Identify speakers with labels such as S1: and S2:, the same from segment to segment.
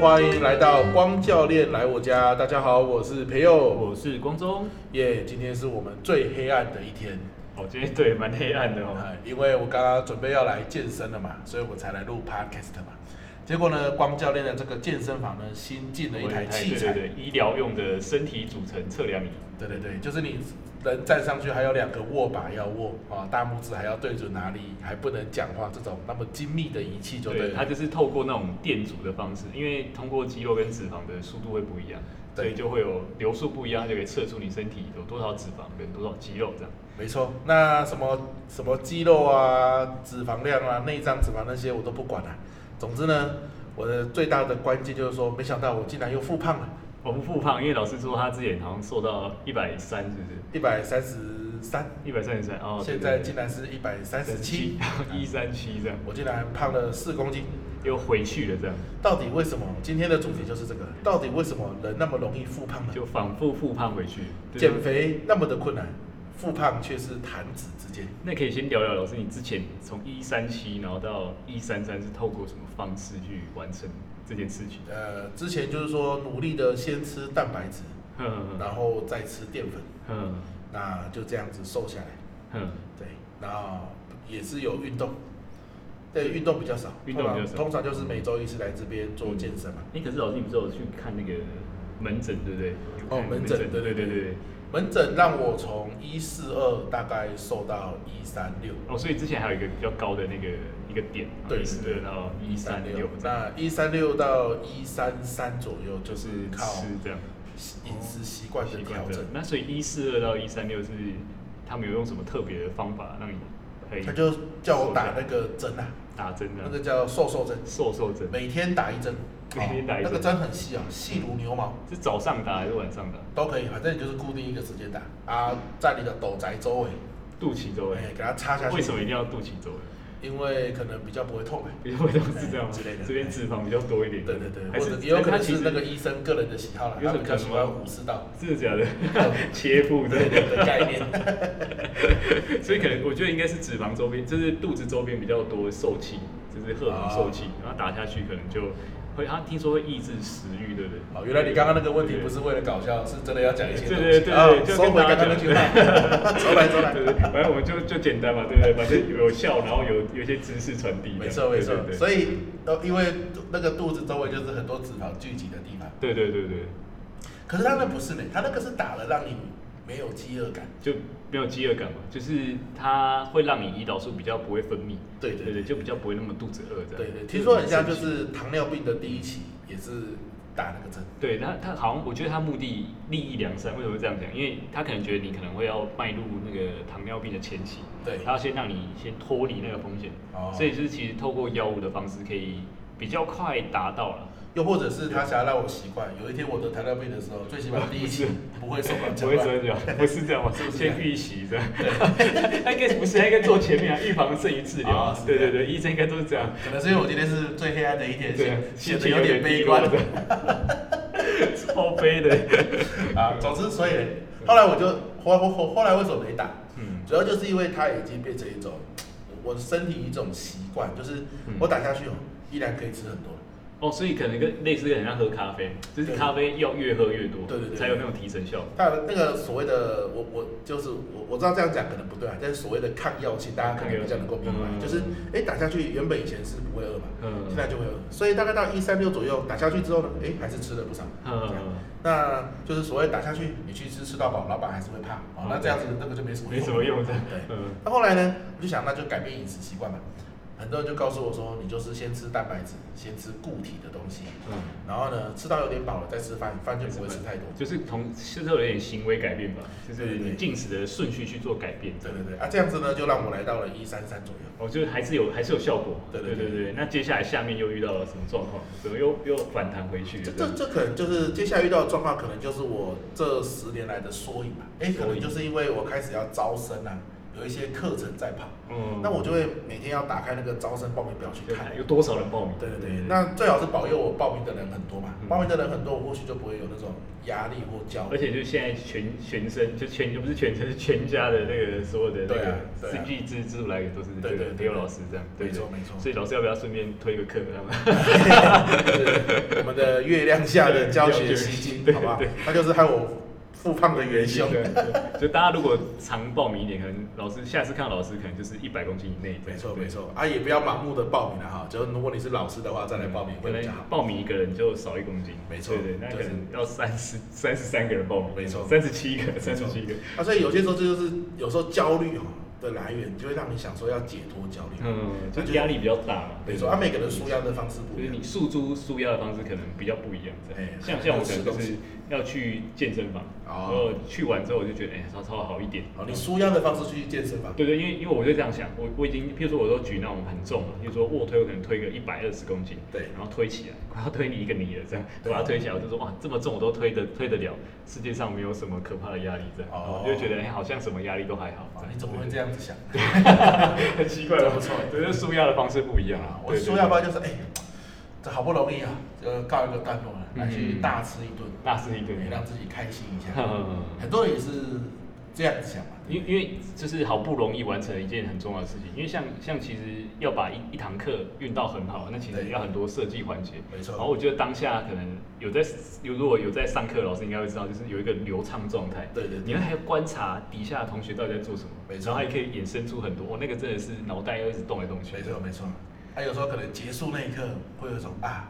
S1: 欢迎来到光教练来我家。大家好，我是培佑，
S2: 我是光中。
S1: 耶、今天是我们最黑暗的一天，
S2: 哦，今天对蛮黑暗的哦。
S1: 哎因为我刚刚准备要来健身了嘛，所以我才来录 podcast 嘛。结果呢，光教练的这个健身房呢，新进了一台器材，
S2: 对对对，医疗用的身体组成测量仪。
S1: 对对对，就是你人站上去还有两个握把要握啊，大拇指还要对准哪里，还不能讲话，这种那么精密的仪器就对
S2: 对，它
S1: 了。
S2: 就是透过那种电阻的方式，因为通过肌肉跟脂肪的速度会不一样，
S1: 对
S2: 所以就会有流速不一样，它就可以测出你身体有多少脂肪跟多少肌肉这样。
S1: 没错，那什么什么肌肉啊、脂肪量啊、内脏脂肪那些我都不管了、总之呢，我的最大的关键就是说，没想到我竟然又复胖了，
S2: 我不复胖，因为老师说他之前好像瘦到一百三，是不是？
S1: 一百三十三，
S2: 一百三十三哦，
S1: 现在竟然是一百三十七， 啊
S2: 一三七这样，
S1: 我竟然胖了四公斤。
S2: 又回去了这样，
S1: 到底为什么？今天的主题就是这个，到底为什么人那么容易复胖呢？
S2: 就反复复胖回去。对
S1: 减肥那么的困难，复胖却是弹指之间。
S2: 那可以先聊聊老师，你之前从一三七，然后到一三三，是透过什么方式去完成这件事情的？
S1: 呃，之前就是说努力的先吃蛋白质，
S2: 嗯
S1: 然后再吃淀粉，
S2: 嗯
S1: 那就这样子瘦下来。
S2: 嗯，
S1: 对，然后也是有运动，对，运动比较少，
S2: 运动比较少
S1: 通常通常就是每周一次来这边做健身嘛。
S2: 哎，可是老师你不是有去看那个门诊对不对？有
S1: 哦
S2: 看
S1: 门诊对
S2: 对
S1: 对
S2: 对对
S1: 对
S2: 对。
S1: 门诊让我从一四二大概瘦到一三六，
S2: 哦，所以之前还有一个比较高的那个一个点，啊
S1: 对
S2: 一四
S1: 对
S2: 二到一三六，
S1: 那一三六到一三三左右就
S2: 就是是
S1: 靠
S2: 吃这样
S1: 饮食习惯的
S2: 习惯
S1: 调
S2: 这
S1: 整
S2: 样。。那所以一四二到一三六是他们有用什么特别的方法让你可以
S1: 他就叫我打那个针啊，
S2: 打针
S1: 那
S2: 的
S1: 个叫瘦瘦针，
S2: 瘦瘦针？
S1: 每天打一针，
S2: 每天打一
S1: 那
S2: 针
S1: 个针很细啊，细如牛毛，
S2: 是早上打还是晚上打？
S1: 都可以，反正你就是固定一个时间打啊，在你的斗宅周围，
S2: 肚脐周围。
S1: 哎，给它插下去。
S2: 为什么一定要肚脐周 围？
S1: 因为可能比较不会痛、哎
S2: 比如都是这样吗
S1: 之类的
S2: 这边脂肪比较多一点。
S1: 对对对，
S2: 还
S1: 或者
S2: 是
S1: 也有可
S2: 它
S1: 能
S2: 其
S1: 是
S2: 实
S1: 那个医生个人的喜好啦，
S2: 有
S1: 他
S2: 可能
S1: 比较喜欢武士道
S2: 真的假的？ 切腹
S1: 对
S2: 的，
S1: 对的概念。
S2: 所以可能我觉得应该是脂肪周边，就是肚子周边比较多受气，就是荷尔蒙受气，然后打下去可能就会，他听说会抑制食欲，对不哦对？
S1: 好，原来你刚刚那个问题不
S2: 是。
S1: 是为了搞笑，是真的要讲一些
S2: 对
S1: 东西
S2: 对对
S1: 啊
S2: 对，就
S1: 收
S2: 跟
S1: 回
S2: 大
S1: 刚
S2: 家
S1: 刚那
S2: 讲
S1: 句话，收来收来
S2: 对。对，对反正我们就就简单嘛，对不对？反正有效，然后有有一些知识传递这样。
S1: 没错没错
S2: 对对，对
S1: 所以都因为那个肚子周围就是很多脂肪聚集的地方，
S2: 对对对对，
S1: 可是他那不是呢，他那个是打了让你没有饥饿感，
S2: 就没有饥饿感嘛，就是它会让你胰岛素比较不会分泌，
S1: 对对
S2: 对对，就比较不会那么肚子饿这样。
S1: 对对，
S2: 就
S1: 听说很像
S2: 神
S1: 就
S2: 奇，
S1: 是糖尿病的第一期也是打那个针，
S2: 对他他好像我觉得他目的利益良善，为什么会这样讲？因为他可能觉得你可能会要迈入那个糖尿病的前期，
S1: 对
S2: 他要先让你先脱离那个风险，
S1: 哦
S2: 所以就是其实透过药物的方式可以比较快达到了。
S1: 又或者是他想要让我习惯，有一天我得糖尿病的时候，最起码第一期不会手软
S2: 不
S1: 脚
S2: 会
S1: 软，
S2: 这样，不是这样吧？是先预习这样。他应该不是，他应该做前面啊，预防胜于治疗
S1: 哦
S2: 啊。
S1: 是这
S2: 对
S1: 样
S2: 对对，医生应该都是这样。
S1: 可能是因为我今天是最黑暗的一天，
S2: 对啊
S1: 显，显
S2: 心
S1: 得有
S2: 情
S1: 点
S2: 点
S1: 悲
S2: 低
S1: 观
S2: 落的， 超悲的。
S1: 啊。总之，所以呢后来我就后后后后来为什么没打？
S2: 嗯，
S1: 主要就是因为它已经变成一种我我身体一种习惯，就是
S2: 嗯
S1: 我打下去哦，依然可以吃很多。
S2: 哦，所以可能跟类似很像喝咖啡，就是
S1: 对
S2: 咖啡要越喝越多，
S1: 对对对
S2: 才有那种提神效果。
S1: 它那个所谓的我我就是我我知道这样讲可能不对啊，但是所谓的抗药性，大家可能比较能够明白，
S2: 嗯
S1: 就是哎、诶打下去原本以前是不会饿嘛，
S2: 嗯
S1: 现在就会饿，所以大概到一三六左右打下去之后呢，哎、还是吃了不少。这样
S2: 嗯，
S1: 那就是所谓打下去，你去吃吃到饱，老板还是会怕哦。那
S2: 嗯
S1: 这样子那个就没什么
S2: 没什么用的。
S1: 对。
S2: 嗯，
S1: 那后来呢，我就想那就改变饮食习惯吧。很多人就告诉我说，你就是先吃蛋白质，先吃固体的东西，
S2: 嗯
S1: 然后呢吃到有点饱了再吃饭，饭就不会吃太多。
S2: 就是从是有点行为改变吧，就是
S1: 对对对
S2: 你进食的顺序去做改变。
S1: 对对对，啊这样子呢就让我来到了一三三左右。
S2: 我觉得还是有还是有效果。
S1: 对对
S2: 对
S1: 对
S2: 对对，那接下来下面又遇到了什么状况？怎么又又反弹回去了？
S1: 这这嗯这可能就是接下来遇到的状况，可能就是我这十年来的缩影吧。哎，可能就是因为我开始要招生啊，有一些课程在跑，
S2: 嗯，
S1: 那我就会每天要打开那个招生报名表去
S2: 就
S1: 看
S2: 看。有多少人报名？
S1: 对对对，那最好是保佑我报名的人很多嘛
S2: 嗯，
S1: 报名的人很多，我或许就不会有那种压力或焦
S2: 而
S1: 虑。
S2: 且就现在全全身就全就不是全身是全家的那个所有的那
S1: 对啊
S2: 个
S1: 对啊
S2: 经济支支付来源都是这
S1: 对对
S2: 个
S1: 对
S2: 体育老师这样，对
S1: 没
S2: 不对
S1: 错没错
S2: 所以老师要不要顺便推个课给他们？
S1: 我们的月亮下的教学吸金，
S2: 对
S1: 好不好
S2: 对？
S1: 那就是害我复胖的 元凶。
S2: 对，啊对就大家如果常报名一点，可能老师下次看到老师可能就是一百公斤以内这样。
S1: 没错
S2: 对
S1: 没。错，啊也不要盲目的报名了哈，就是如果你是老师的话，再来报名
S2: 可
S1: 会比
S2: 能
S1: 较好。
S2: 报名一个人就少一公斤，
S1: 没错
S2: 对对，那
S1: 就
S2: 可
S1: 是
S2: 能要三十三十三个人报名，
S1: 没错
S2: 三十七个，
S1: 错
S2: 三十七个，
S1: 啊，所以有些时候这就是有时候焦虑哦的来源，就会让你想说要解脱焦虑。
S2: 嗯，
S1: 那
S2: 就压力比较大嘛。
S1: 没错，啊每个人舒压的方式不
S2: 就
S1: 一
S2: 是
S1: 样
S2: 你。诉诸舒压的方式可能比较不一样，这样
S1: 哎。
S2: 像像我可能就
S1: 吃东
S2: 是
S1: 西
S2: 要去健身房，然
S1: 哦
S2: 后去完之后我就觉得，哎，稍稍好一点。
S1: 好，哦你舒压的方式去健身吧。
S2: 对对，因为因为我就这样想，我我已经，譬如说我都举那种很重的，譬如说卧推，我可能推个一百二十公斤，
S1: 对
S2: 然后推起来， 快要推你一个你了，这样
S1: 对
S2: 把它推起来，我就说哇，这么重我都推得推得了，世界上没有什么可怕的压力，这样，
S1: 哦
S2: 我就觉得哎、好像什么压力都还好，哎
S1: 啊，你怎么会这
S2: 样？
S1: 样子想？
S2: 很 奇怪吧，
S1: 这不错
S2: 对，就是舒压的方式不一样
S1: 啊
S2: 啊，，
S1: 我
S2: 对
S1: 舒压吧，就
S2: 对
S1: 是哎，这好不容易啊，呃告一个段落了，来去
S2: 嗯
S1: 大吃一顿，哎
S2: 对那是一个
S1: 也让自己开心一下。
S2: 嗯
S1: 很多人也是这样子想嘛。对
S2: 因为因为就是好不容易完成一件很重要的事情，因为像像其实要把一一堂课运到很好，那其实
S1: 对
S2: 要很多设计环节。
S1: 没错
S2: 然后我觉得当下可能有在有如果有在上课，老师应该会知道，就是有一个流畅状态。
S1: 对对对
S2: 你会还观察底下的同学到底在做什么，
S1: 没错
S2: 然后还可以衍生出很多。哦，那个真的是脑袋要一直动来动去。
S1: 没错没错，啊，有时候可能结束那一刻会有一种啊，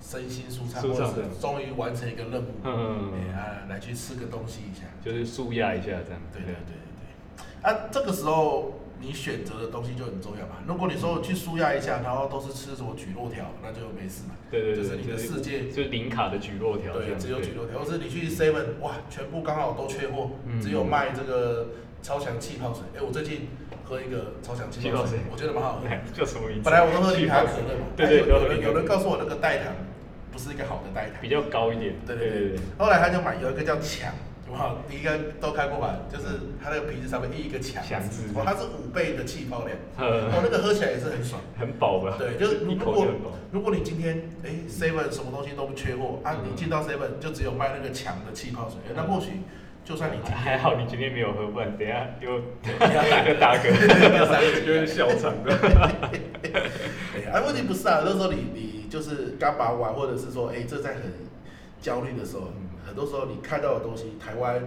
S1: 身心舒畅，
S2: 舒
S1: 或
S2: 畅
S1: 者是终于完成一个任务，
S2: 嗯
S1: 哎啊，来去吃个东西一下，
S2: 就是舒压一下这样。
S1: 对对对对对，啊，这个时候你选择的东西就很重要嘛。如果你说我去舒压一下，然后都是吃什么举落条，那就没事嘛。
S2: 对对对，
S1: 就是你的世界
S2: 就是零卡的举落条这
S1: 对，
S2: 样。
S1: 只有举落条，或是你去 Seven，哇，全部刚好都缺货，
S2: 嗯
S1: 只有卖这个超强气泡水。哎，我最近喝一个超强气
S2: 气泡
S1: 泡
S2: 水
S1: 水，我觉得蛮好喝的。
S2: 叫什么名字？
S1: 本来我都喝零卡可乐嘛，
S2: 对对，
S1: 哎有有人有人告诉我那个代糖不是一个好的代糖
S2: 比，较高一点。
S1: 对对对。后来他就买有一个叫强，有没有？你应该都看过吧？就是它那个瓶子上面印一个强
S2: 强字
S1: 哇，它是五倍的气泡量，
S2: 呃
S1: 哦，那个喝起来也是很爽。
S2: 很饱吧？
S1: 对，就是
S2: 一
S1: 如
S2: 口就
S1: 果
S2: 很饱。
S1: 如果你今天哎 Seven 什么东西都不缺货啊，
S2: 嗯
S1: 你进到 Seven 就只有卖那个强的气泡水，哎那或许就算你今天
S2: 还好你今天没有喝，不然等一下 又
S1: 要
S2: 打个打
S1: 要三
S2: 嗝，
S1: 个
S2: 就是笑场 的。
S1: 哎呀，啊问题不是啊，那时候你你就是刚拔完，或者是说，哎、这在很焦虑的时候，很多时候你看到的东西，台湾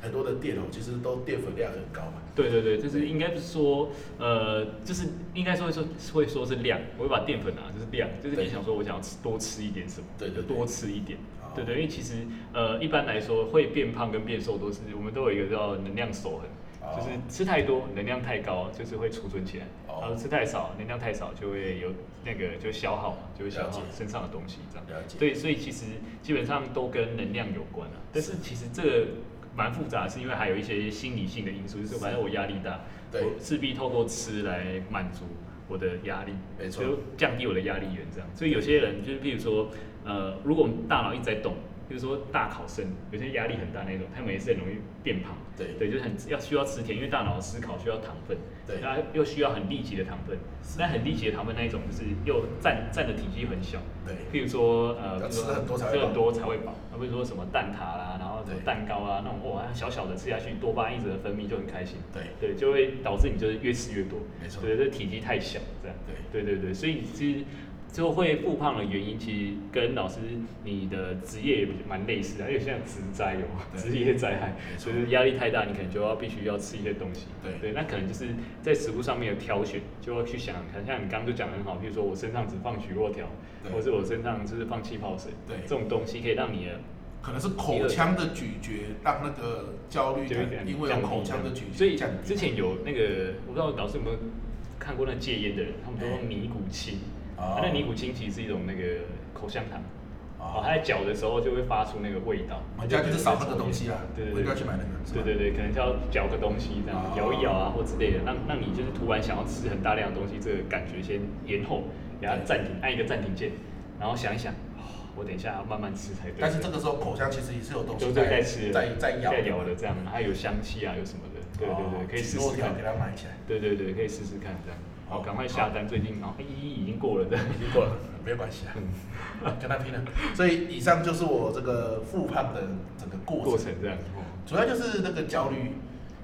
S1: 很多的店哦，其实都淀粉量很高嘛。
S2: 对对对，就是应该不是说，呃，就是应该说说会说是量，我会把淀粉啊，就是量，就是你
S1: 对
S2: 想说我想要吃多吃一点什么，
S1: 对对
S2: 就
S1: 对
S2: 多吃一点
S1: 哦，
S2: 对对，因为其实呃一般来说会变胖跟变瘦都是我们都有一个叫能量守恒。
S1: 哦
S2: 就是吃太多，能量太高，就是会储存起来；
S1: 哦
S2: 然后吃太少，能量太少，就会有那个就消耗嘛，就会消
S1: 了解
S2: 耗身上的东西这样。
S1: 了解。
S2: 对，所以其实基本上都跟能量有关啊。但是其实这个蛮复杂，是因为还有一些心理性的因素，就是反正我压力大，
S1: 对
S2: 我势必透过吃来满足我的压力，
S1: 没错
S2: 就降低我的压力源这样。所以有些人就是，譬如说，呃，如果我们大脑一直在动，比如说大考生，有些压力很大那种，他们也是很容易变胖。
S1: 对
S2: 对，就是很要需要吃甜，因为大脑思考需要糖分，
S1: 对
S2: 然后又需要很立即的糖分。那很立即的糖分那一种，就是又占占的体积很小，
S1: 对
S2: 譬如说呃，
S1: 要
S2: 譬如说
S1: 吃很多才会
S2: 吃很
S1: 饱
S2: 多才会饱。那比如说什么蛋挞啦，然后什么
S1: 对
S2: 蛋糕啊，那种哇小小的吃下去，多巴胺一直的分泌就很开心。
S1: 对
S2: 对，就会导致你就是越吃越多。
S1: 没错
S2: 对，这体积太小这样。
S1: 对
S2: 对对对，所以其实就会复胖的原因，其实跟老师你的职业也蛮类似的，因为像职灾有
S1: 对
S2: 职业灾害，
S1: 没
S2: 就
S1: 错
S2: 是压力太大，你可能就要必须要吃一些东西。
S1: 对
S2: 对，那可能就是在食物上面的挑选，就要去想，看像你刚刚就讲得很好，比如说我身上只放曲络条，
S1: 对
S2: 或者是我身上就是放气泡水，
S1: 对
S2: 这种东西可以让你的
S1: 可能是口腔的咀嚼让那个焦虑
S2: 就有点
S1: 感，因为有
S2: 降低
S1: 口腔的咀
S2: 所
S1: 嚼
S2: 以
S1: 降低。
S2: 之前有那个，我不知道老师有没有看过那戒烟的人，他们都用尼古清。
S1: 哦
S2: 啊那尼古清其实是一种那个口香糖，
S1: 哦
S2: 哦，它在嚼的时候就会发出那个味道。
S1: 我家就是少那个东西啦
S2: 对对对，
S1: 我应该去买那个是
S2: 对
S1: 吧
S2: 对对，可能是要嚼个东西这样
S1: 哦，
S2: 咬一咬啊或之类的，让让你就是突然想要吃很大量的东西，这个感觉先延后，给它
S1: 对
S2: 暂停，按一个暂停键，然后想一想，哦我等一下要慢慢吃才对。
S1: 但是这个时候口腔其实也是有东
S2: 都
S1: 西
S2: 在
S1: 在
S2: 在吃了
S1: 在在咬嗯哦
S2: 在咬的这样，还有香气啊，有什么的，对对对，可以试
S1: 多
S2: 试
S1: 条
S2: 看
S1: 给。他买起来，
S2: 对对对，可以试试看这样。好，
S1: 好
S2: 赶快下单，最近然后一一已经过了的。
S1: 已经过了，没有关系啊，跟他拼了。所以以上就是我这个复胖的整个过程，哦
S2: 过程这样。
S1: 主要就是那个焦虑，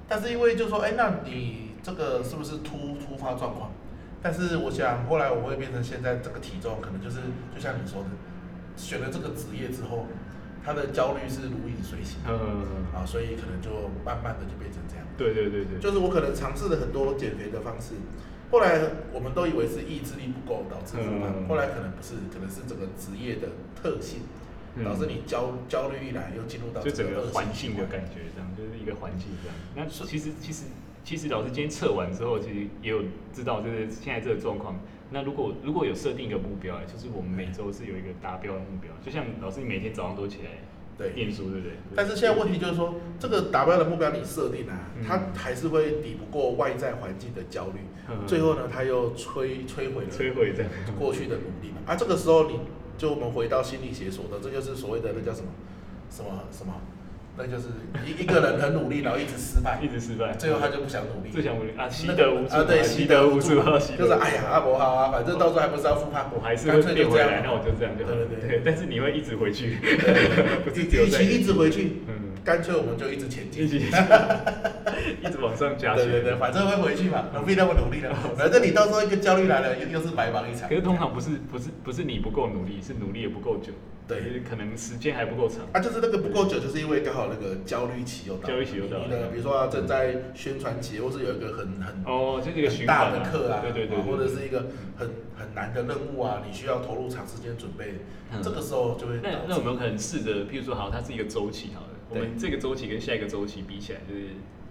S1: 但是因为就说，哎、那你这个是不是突突发状况？但是我想后来我会变成现在这个体重，可能就是就像你说的，选了这个职业之后，他的焦虑是如影随形
S2: 呃，
S1: 啊，所以可能就慢慢的就变成这样。
S2: 对对对对，
S1: 就是我可能尝试了很多减肥的方式，后来我们都以为是意志力不够导致复胖，
S2: 嗯
S1: 后来可能不是，可能是整个职业的特性
S2: 嗯
S1: 导致你焦焦虑一来又进入到
S2: 就整
S1: 恶
S2: 个
S1: 性
S2: 环
S1: 循
S2: 境的
S1: 环
S2: 感觉这样，就是一个环境这样。那
S1: 是
S2: 其实其实其实老师今天测完之后，其实也有知道就是现在这个状况。那如果如果有设定一个目标，就是我们每周是有一个达标的目标，就像老师你每天早上都起来
S1: 对
S2: 念书，对不对？
S1: 但是现在问题就是说，这个达标的目标你设定啊，
S2: 嗯
S1: 它还是会抵不过外在环境的焦虑，
S2: 嗯
S1: 最后呢，它又摧摧毁了
S2: 摧毁这样，
S1: 过去的努力嘛。啊，这个时候你就我们回到心理学所的，这就是所谓的那叫什么什么什么，那就是一一个人很努力，然后一直失败
S2: 一，直失败，
S1: 最后他就不想努力，
S2: 最想问啊，嗯习
S1: 那个
S2: 得无助
S1: 啊，对，
S2: 习
S1: 习
S2: 得
S1: 得
S2: 无助，啊习得
S1: 就
S2: 无助
S1: 是哎呀，阿伯好啊，反正到时候还不是要复胖，
S2: 我还是
S1: 干
S2: 会
S1: 脆
S2: 变
S1: 就
S2: 回
S1: 这样
S2: 来，那我就这样就好了。
S1: 对对
S2: 对，但是你会一直 回去，不是只有
S1: 与
S2: 在
S1: 其一直回去，
S2: 嗯，
S1: 干脆我们就一直前进
S2: 一。直一直往上加
S1: 对
S2: 薪。
S1: 对对，反正会回去嘛，
S2: 嗯
S1: 何必那么努力呢？反正你到时候一个焦虑来了，又又是白忙一场
S2: 可。是通常不是不是不是你不够努力，是努力也不够久，
S1: 对
S2: 就是可能时间还不够长。
S1: 啊，就是那个不够久，就是因为刚好那个焦虑期又到了，
S2: 焦虑期又到了
S1: 你的比如说正在宣传期，或是有一个很很
S2: 哦，就是一个
S1: 嗯很
S2: 循
S1: 大
S2: 环
S1: 的
S2: 啊
S1: 课啊，
S2: 对对对，对
S1: 或者是一个很很难的任务啊，你需要投入长时间准备，
S2: 嗯
S1: 这个时候就会
S2: 那那
S1: 导
S2: 有
S1: 致
S2: 没有可能试着，譬如说，好，它是一个周期，好了，我
S1: 对
S2: 们这个周期跟下一个周期比起来，就是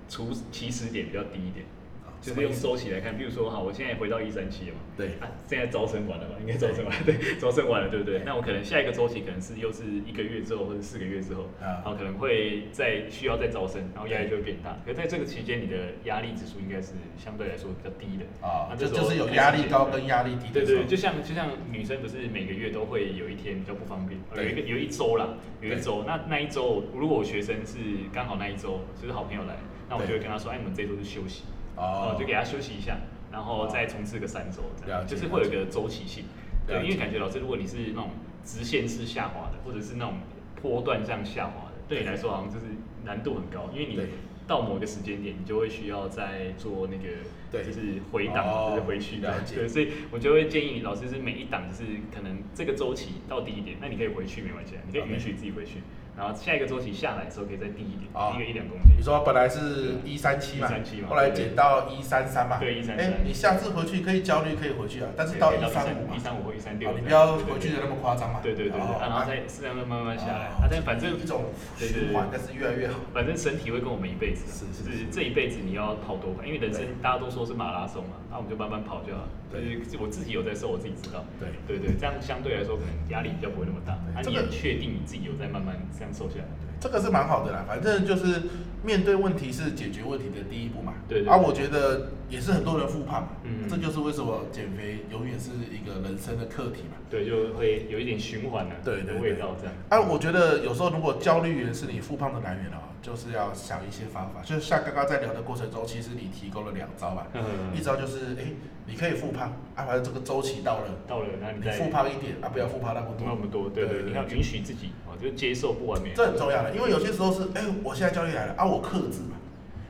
S2: 除起始点比较低一点，
S1: 啊
S2: 就
S1: 什
S2: 是
S1: 么意
S2: 用
S1: 思
S2: 周期来看。譬如说，好，我现在回到一三七了嘛，
S1: 对
S2: 啊，现在招生完了吧？应该招生完了， 对，招生完了，对不对
S1: 对？
S2: 那我可能下一个周期可能是又是一个月之后，或者四个月之后，
S1: 啊
S2: 然后可能会再需要再招生，然后压力就会变大。可在这个期间，你的压力指数应该是相对来说比较低的
S1: 啊
S2: 那，这
S1: 就
S2: 时候
S1: 就是有压力高
S2: 开始
S1: 跟压力低
S2: 对
S1: 的时候
S2: 对，，就像就像女生不是每个月都会有一天比较不方便，有
S1: 对
S2: 一个有一周啦，有一
S1: 对
S2: 周。那那一周，如果我学生是刚好那一周就是好朋友来，那我就会跟他说，哎，我们这周就休息，
S1: 哦
S2: 哦，就给他休息一下，然后再冲刺个三周，这样
S1: 了解
S2: 就是会有一个周期性。
S1: 了
S2: 对，
S1: 解
S2: 因为感觉老师，如果你是那种直线式下滑的，或者是那种坡段上下滑的，对你来说好像就是难度很高，因为你
S1: 对
S2: 到某个时间点，你就会需要再做那个，
S1: 对
S2: 就是回档，
S1: 哦
S2: 就是回去的
S1: 了，解
S2: 对，所以我就会建议你，老师是每一档就是可能这个周期到低一点，那你可以回去没关系啊，你可以
S1: OK
S2: 允许自己回去，然后下一个周期下来的时候可以再低一点，
S1: 哦
S2: 低个一两公斤
S1: 你。说本来是一三七嘛
S2: 137嘛，
S1: 后来减到一三三嘛，
S2: 对133
S1: 哎，你下次回去可以焦虑，可以回去啊，但是到一三五嘛
S2: 一，三五或一三六
S1: 啊，，你不
S2: 这样
S1: 要
S2: 对对
S1: 回去的那么夸张嘛，
S2: 对对对对，
S1: 哦
S2: 啊然后再适量的慢慢下来，
S1: 哦
S2: 啊，但反正
S1: 一种循环，但是越来越好，
S2: 反正身体会跟我们一辈子啊，
S1: 是是
S2: 就是是这一辈子你要跑多快，因为人生
S1: 对
S2: 大家都说是马拉松嘛，那我们就慢慢跑就好。
S1: 对
S2: 就是我自己有在瘦，我自己知道。
S1: 对
S2: 对对，这样相对来说可能压力比较不会那么大，
S1: 对
S2: 啊，
S1: 这
S2: 你
S1: 个
S2: 也确定你自己有在慢慢这样瘦下来。
S1: 这个是蛮好的啦。反正就是面对问题是解决问题的第一步嘛。
S2: 对对
S1: 啊，我觉得也是很多人复胖嘛，
S2: 嗯
S1: 这就是为什么减肥永远是一个人生的课题嘛。
S2: 对，就会有一点循环的、
S1: 对对
S2: 的
S1: 对
S2: 味道这样。
S1: 啊，我觉得有时候如果焦虑源是你复胖的来源哦，就是要想一些方法。就是像刚刚在聊的过程中，其实你提供了两招吧。
S2: 嗯
S1: 一招就是，哎，你可以复胖，啊，反正这个周期到了，
S2: 到了，那你
S1: 你
S2: 再
S1: 复胖一点，啊，不要复胖那么多。
S2: 那么多，对对，你要允许自己哦，就接受不完美。
S1: 这很重要的，因为有些时候是，哎、我现在焦虑来了啊，我克制嘛。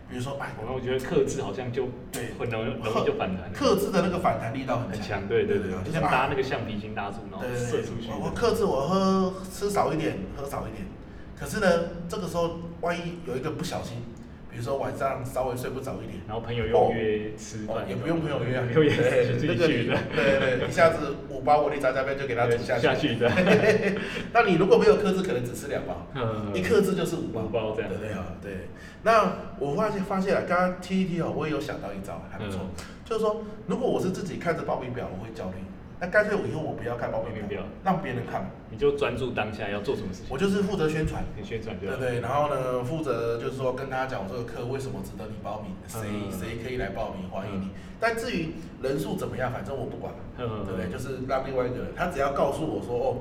S1: 比如说，哎，
S2: 我我觉得克制好像就
S1: 对
S2: 很容易容易就反弹。
S1: 克制的那个反弹力道很
S2: 很
S1: 强，
S2: 强，对对对，就
S1: 就像
S2: 像搭
S1: 啊
S2: 那个橡皮筋搭住，然后
S1: 对
S2: 射
S1: 对对
S2: 出去，。
S1: 我我克制我喝吃少一点，喝少一点。可是呢，这个时候万一有一个不小心，比如说晚上稍微睡不着一点，
S2: 然后朋友又约吃
S1: 哦
S2: 饭，，
S1: 也不用朋友约啊，
S2: 朋友约
S1: 对
S2: 是自
S1: 那
S2: 己
S1: 个
S2: 去
S1: 你
S2: 的，
S1: 对对，一下子五包我的炸酱面就给它煮下去。
S2: 下去的，
S1: 那你如果没有克制，可能只吃两包。
S2: 嗯
S1: 一克制就是五包，
S2: 五包这样
S1: 对对啊，对。那我发现发现啊了，刚刚听一听哦，我也有想到一招，还不错，
S2: 嗯
S1: 就是说，如果我是自己看着报名表，我会焦虑。那干脆我以后我不要看报名
S2: 报
S1: 表，
S2: 名表
S1: 让别人看，
S2: 你就专注当下要做什么事情
S1: 我，就是负责宣传，
S2: 你宣传就
S1: 对
S2: 好
S1: 不。对？然后呢，负责就是说跟他讲我这个课为什么值得你报名，谁
S2: 嗯
S1: 谁可以来报名，欢迎你
S2: 嗯。
S1: 但至于人数怎么样，反正我不管，
S2: 嗯
S1: 对不对？就是让另外一个人，他只要告诉我说，哦，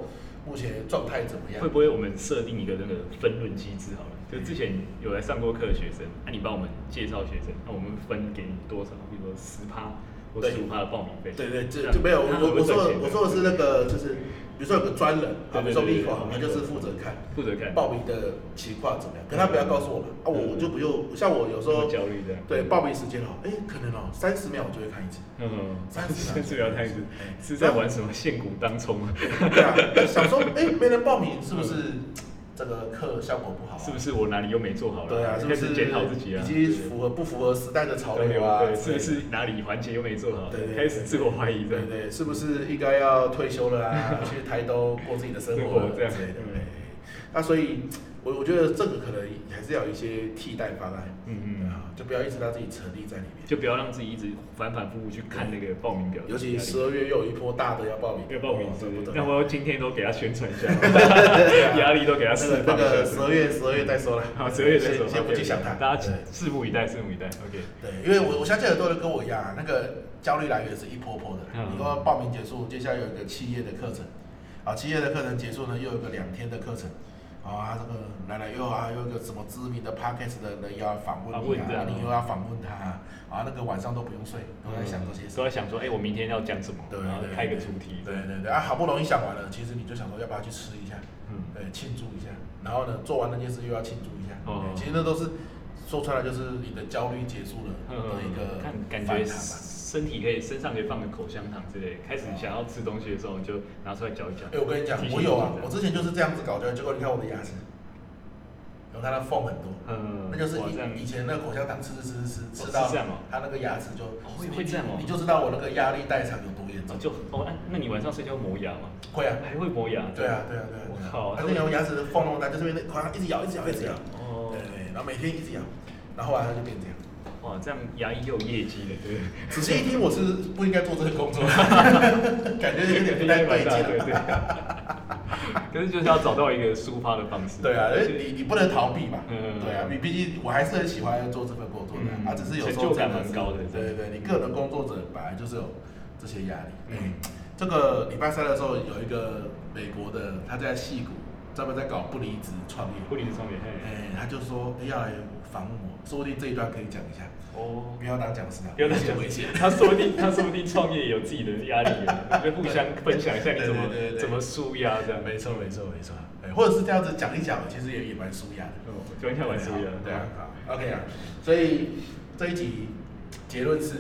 S1: 目前状态怎么样？
S2: 会不会我们设定一个那个分论机制好了？就之前有来上过课的学生，那、你帮我们介绍学生，那我们分给你多少？比如说十趴或
S1: 对
S2: 十五趴的报名费。
S1: 对对，
S2: 这
S1: 这
S2: 样
S1: 就没有我
S2: 那
S1: 我我
S2: 会
S1: 说
S2: 赚
S1: 的
S2: 钱
S1: 我说的是那个就是，比如说有个专人，啊，比如
S2: 对对
S1: 说
S2: 对对
S1: Vico，
S2: 对
S1: 他就是负责看
S2: 负责看，
S1: 报名的情况怎么样，可他不要告诉我们啊，我我就不用，像我有时
S2: 那么
S1: 候
S2: 焦虑这样。
S1: 对报名时间哦，哎，可能哦三十秒我就会看一次，
S2: 嗯，
S1: 三 十秒
S2: 甚至不要太是
S1: 哎
S2: 是在玩什么现股当冲啊？
S1: 对啊，想 说哎没人报名是不是这个课效果不好啊？
S2: 嗯是不是我哪里又没做好了？
S1: 对啊，是不
S2: 开始
S1: 是
S2: 检讨自己啊，
S1: 已经符合不符合时代的潮流啊？
S2: 对，是不是哪里环节又没做好？
S1: 对对对
S2: 开始自我怀疑这
S1: 对
S2: 样。
S1: 对，是不是应该要退休了 啊？去台东过自己的生活
S2: 生活这样
S1: 之类的。
S2: 嗯
S1: 对那所以，我我觉得这个可能还是要有一些替代方案，
S2: 嗯嗯，
S1: 啊，就不要一直让自己沉溺在里面。
S2: 就不要让自己一直反反复复去看那个报名表，
S1: 尤其十二月又有一波大的要报名，
S2: 要报名
S1: 哦
S2: 是
S1: 对
S2: 不
S1: 不
S2: 是
S1: 对？？
S2: 那我要今天都给他 宣传一下，
S1: 对啊
S2: 压力都给他释
S1: 那个那
S2: 放一
S1: 个
S2: 下。
S1: 十二月十二月再说了，
S2: 好，十二月再说，
S1: 先先不去想它。
S2: 大家
S1: 对
S2: 拭目以待，拭目以待。OK，
S1: 对，因为我我相信很多人跟我一样、啊，那个焦虑来源是一波波的。
S2: 嗯
S1: 你说报名结束，接下来有一个企业的课程，啊，企业的课程结束呢，又有一个两天的课程，啊，这个来来又啊又有一个什么知名的 podcast 的人又要访问
S2: 访
S1: 你
S2: 问这
S1: 啊，
S2: 样哦
S1: 你又要访问他啊，啊，那个晚上都不用睡，都在想这些事。
S2: 都在想说，哎，我明天要讲什么，
S1: 对
S2: 然后
S1: 对
S2: 开一个主题，
S1: 对对对，啊，好不容易想完了，其实你就想说要不要去吃一下，
S2: 嗯，
S1: 对，呃庆祝一下，然后呢，做完那件事又要庆祝一下，哎
S2: 哦
S1: 对其实那都是说穿了就是你的焦虑结束了
S2: 嗯
S1: 的一个
S2: 看感
S1: 反
S2: 觉
S1: 弹吧。
S2: 身体可以身上可以放个口香糖之类，开始想要吃东西的时候，你就拿出来嚼一嚼
S1: 哎、。我跟你讲
S2: 提，醒
S1: 我有啊我之
S2: 自己，的
S1: 前就是这样子搞的，结果你看我的牙齿，有它的缝很多，
S2: 嗯
S1: 呃那就是
S2: 哇这样
S1: 以以前那个口香糖吃吃吃吃吃
S2: 哦
S1: 吃到
S2: 是这样哦
S1: 它那个牙齿就
S2: 哦会会这样哦
S1: 你就知道我那个压力代偿有多严
S2: 哦
S1: 重。
S2: 就哦，那那你晚上睡觉磨牙吗？
S1: 会啊，
S2: 还会磨牙？
S1: 对啊，对啊，对啊。
S2: 我
S1: 对啊
S2: 靠
S1: 它那个牙齿的缝那么大，就是因为那口香糖一直咬，一直咬，一直咬。
S2: 哦
S1: 对，对，然后每天一直咬，然后后来它就变这样。
S2: 哇，这样牙医又有业绩了，对不对？
S1: 仔细一听，我是不应该做这个工作， 感觉有点不
S2: 应
S1: 太
S2: 该
S1: 对
S2: 蛮大
S1: 劲啊
S2: 的，
S1: 了。
S2: 对。 可是就是要找到一个抒发的方式。
S1: 对啊，因
S2: 就
S1: 为你你不能逃避嘛。
S2: 嗯
S1: 对啊，你毕竟我还是很喜欢做这份工作的，
S2: 嗯
S1: 啊，只是有时
S2: 成
S1: 候
S2: 就感
S1: 真的是
S2: 蛮高的
S1: 对对对，你个人工作者本来就是有这些压力。
S2: 嗯
S1: 嗯，这个礼拜三的时候有一个美国的，他在戏谷专门在搞不离职创业，
S2: 不离职创业，嘿，
S1: 哎，他就说哎要来访问我，说不定这一段可以讲一下，
S2: 哦，
S1: 不要当讲师啊，
S2: 不要再
S1: 有些
S2: 讲
S1: 危险。
S2: 他说不定他说不定创业有自己的压力了，就互相分享一下你怎么
S1: 对对对对
S2: 怎么舒压这样。
S1: 没错没错没错，哎，或者是这样子讲一讲，其实也也蛮舒压的。
S2: 哦，就一下玩舒压。
S1: 对啊。好，OK 啊，所以这一集结论是，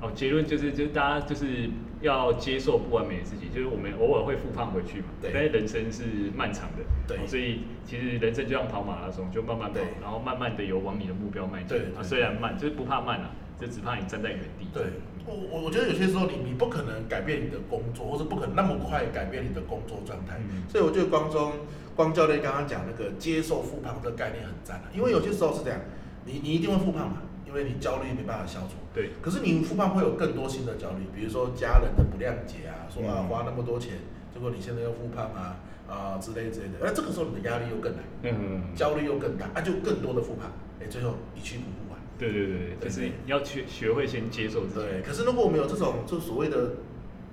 S2: 哦，结论就是，就是大家就是要接受不完美的自己，就是我们偶尔会复胖回去嘛。
S1: 对
S2: 但是人生是漫长的，
S1: 对
S2: 哦所以其实人生就像跑马拉松，就慢慢跑
S1: 对，
S2: 然后慢慢的有往你的目标迈进。
S1: 对对
S2: 啊，虽然慢，就是不怕慢啊，就只怕你站在原地。
S1: 对我我我觉得有些时候你你不可能改变你的工作，或者不可能那么快改变你的工作状态，
S2: 嗯
S1: 所以我觉得光中光教练刚刚讲那个接受复胖这个概念很赞啊，因为有些时候是这样，你你一定会复胖嘛，因为你焦虑没办法消除。
S2: 对，
S1: 可是你复胖会有更多新的焦虑，比如说家人的不谅解啊，说啊
S2: 嗯
S1: 花那么多钱，结果你现在又复胖啊啊之类之类的，那这个时候你的压力又更大。
S2: 嗯，
S1: 焦虑又更大，啊，就更多的复盘，哎、最后一去不复返。
S2: 对对对对，就是你要去学会先接受自己。
S1: 对，可是如果我们有这种就所谓的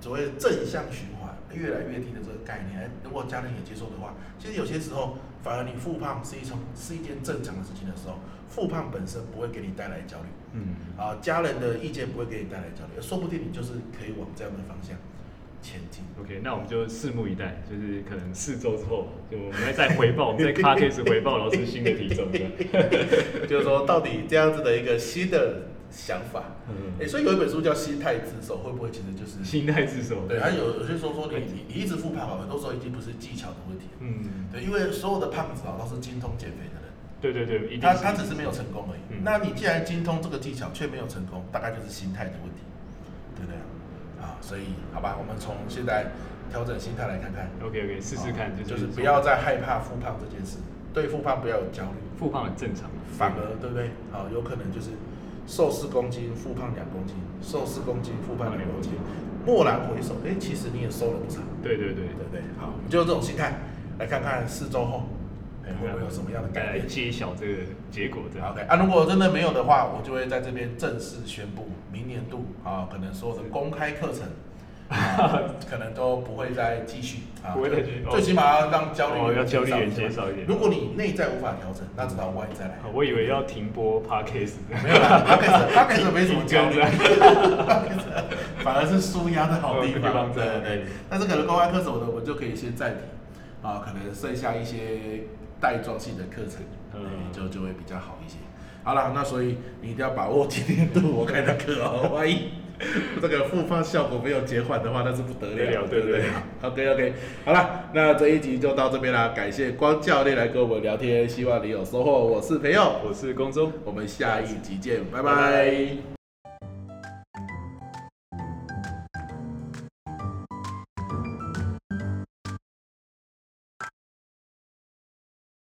S1: 所谓的正向循环，越来越低的这个概念，哎如果家人也接受的话，其实有些时候反而你复胖是一种是一件正常的事情的时候，复胖本身不会给你带来焦虑。
S2: 嗯，
S1: 啊，家人的意见不会给你带来焦虑，说不定你就是可以往这样的方向前进。
S2: OK，那我们就拭目以待，就是可能四周之后，就我们再回报，我们再 p a c k a g e 回报老师新的体重这样。
S1: 就是说，到底这样子的一个新的想法，
S2: 嗯
S1: 哎、所以有一本书叫《心态自首》，会不会其实就是
S2: 心态自首。
S1: 对，还有有些时候说你你你一直复胖啊，很多时候已经不是技巧的问题了。
S2: 嗯，
S1: 对，因为所有的胖子啊都是精通减肥的人，
S2: 对对对，一定
S1: 他
S2: 是
S1: 他只是没有成功而已。
S2: 嗯
S1: 那你既然精通这个技巧却没有成功，大概就是心态的问题，对不对啊？啊，所以好吧，我们从现在调整心态来看看，
S2: OK OK，试试看，
S1: 啊
S2: 就
S1: 就是
S2: 是
S1: 不要再害怕复胖这件事，对复胖不要有焦虑，
S2: 复胖很正常嘛
S1: 反而对不对？好，有可能就是瘦四公斤复胖两公斤，瘦四公斤复胖两公斤，蓦然回首，哎，其实你也瘦了不少。
S2: 对对对，
S1: 对不对？好，我们就用这种心态来看看四周后，哎，会不会有什么样的
S2: 再
S1: 改
S2: 来
S1: 变
S2: 哎揭晓这个结果这样。
S1: ？OK 啊，如果真的没有的话，我就会在这边正式宣布，明年度啊，可能所有的公开课程 啊可能都不会再继续啊，
S2: 不会再继续哦
S1: 最起码要让焦虑
S2: 哦要焦虑也
S1: 减
S2: 减少一点
S1: 如果你内在无法调整，那只好外在来。
S2: 啊我以为要停播 podcast，
S1: 没有啦 p o d c a s t p o d c a s t 没什么
S2: 停
S1: 焦
S2: 更
S1: 虑，
S2: 这样
S1: 反而是舒压的好哦地
S2: 地
S1: 方。
S2: 方
S1: 对对
S2: 对
S1: 对，但是可能公开课什么的，我们就可以先暂停啊，可能剩下一些带状性的课程，
S2: 嗯
S1: 嗯，就就会比较好一些。好了，那所以你一定要把握今天度我开的课哦，万一 这个复发效果没有减缓的话，那是不得了，
S2: 不得了
S1: 对
S2: 对
S1: 不对
S2: 对
S1: ？OK OK，好了，那这一集就到这边啦，感谢光教练来跟我们聊天，希望你有收获。我是培佑，
S2: 我是公中。
S1: 我们下一集见，拜
S2: 拜
S1: 拜。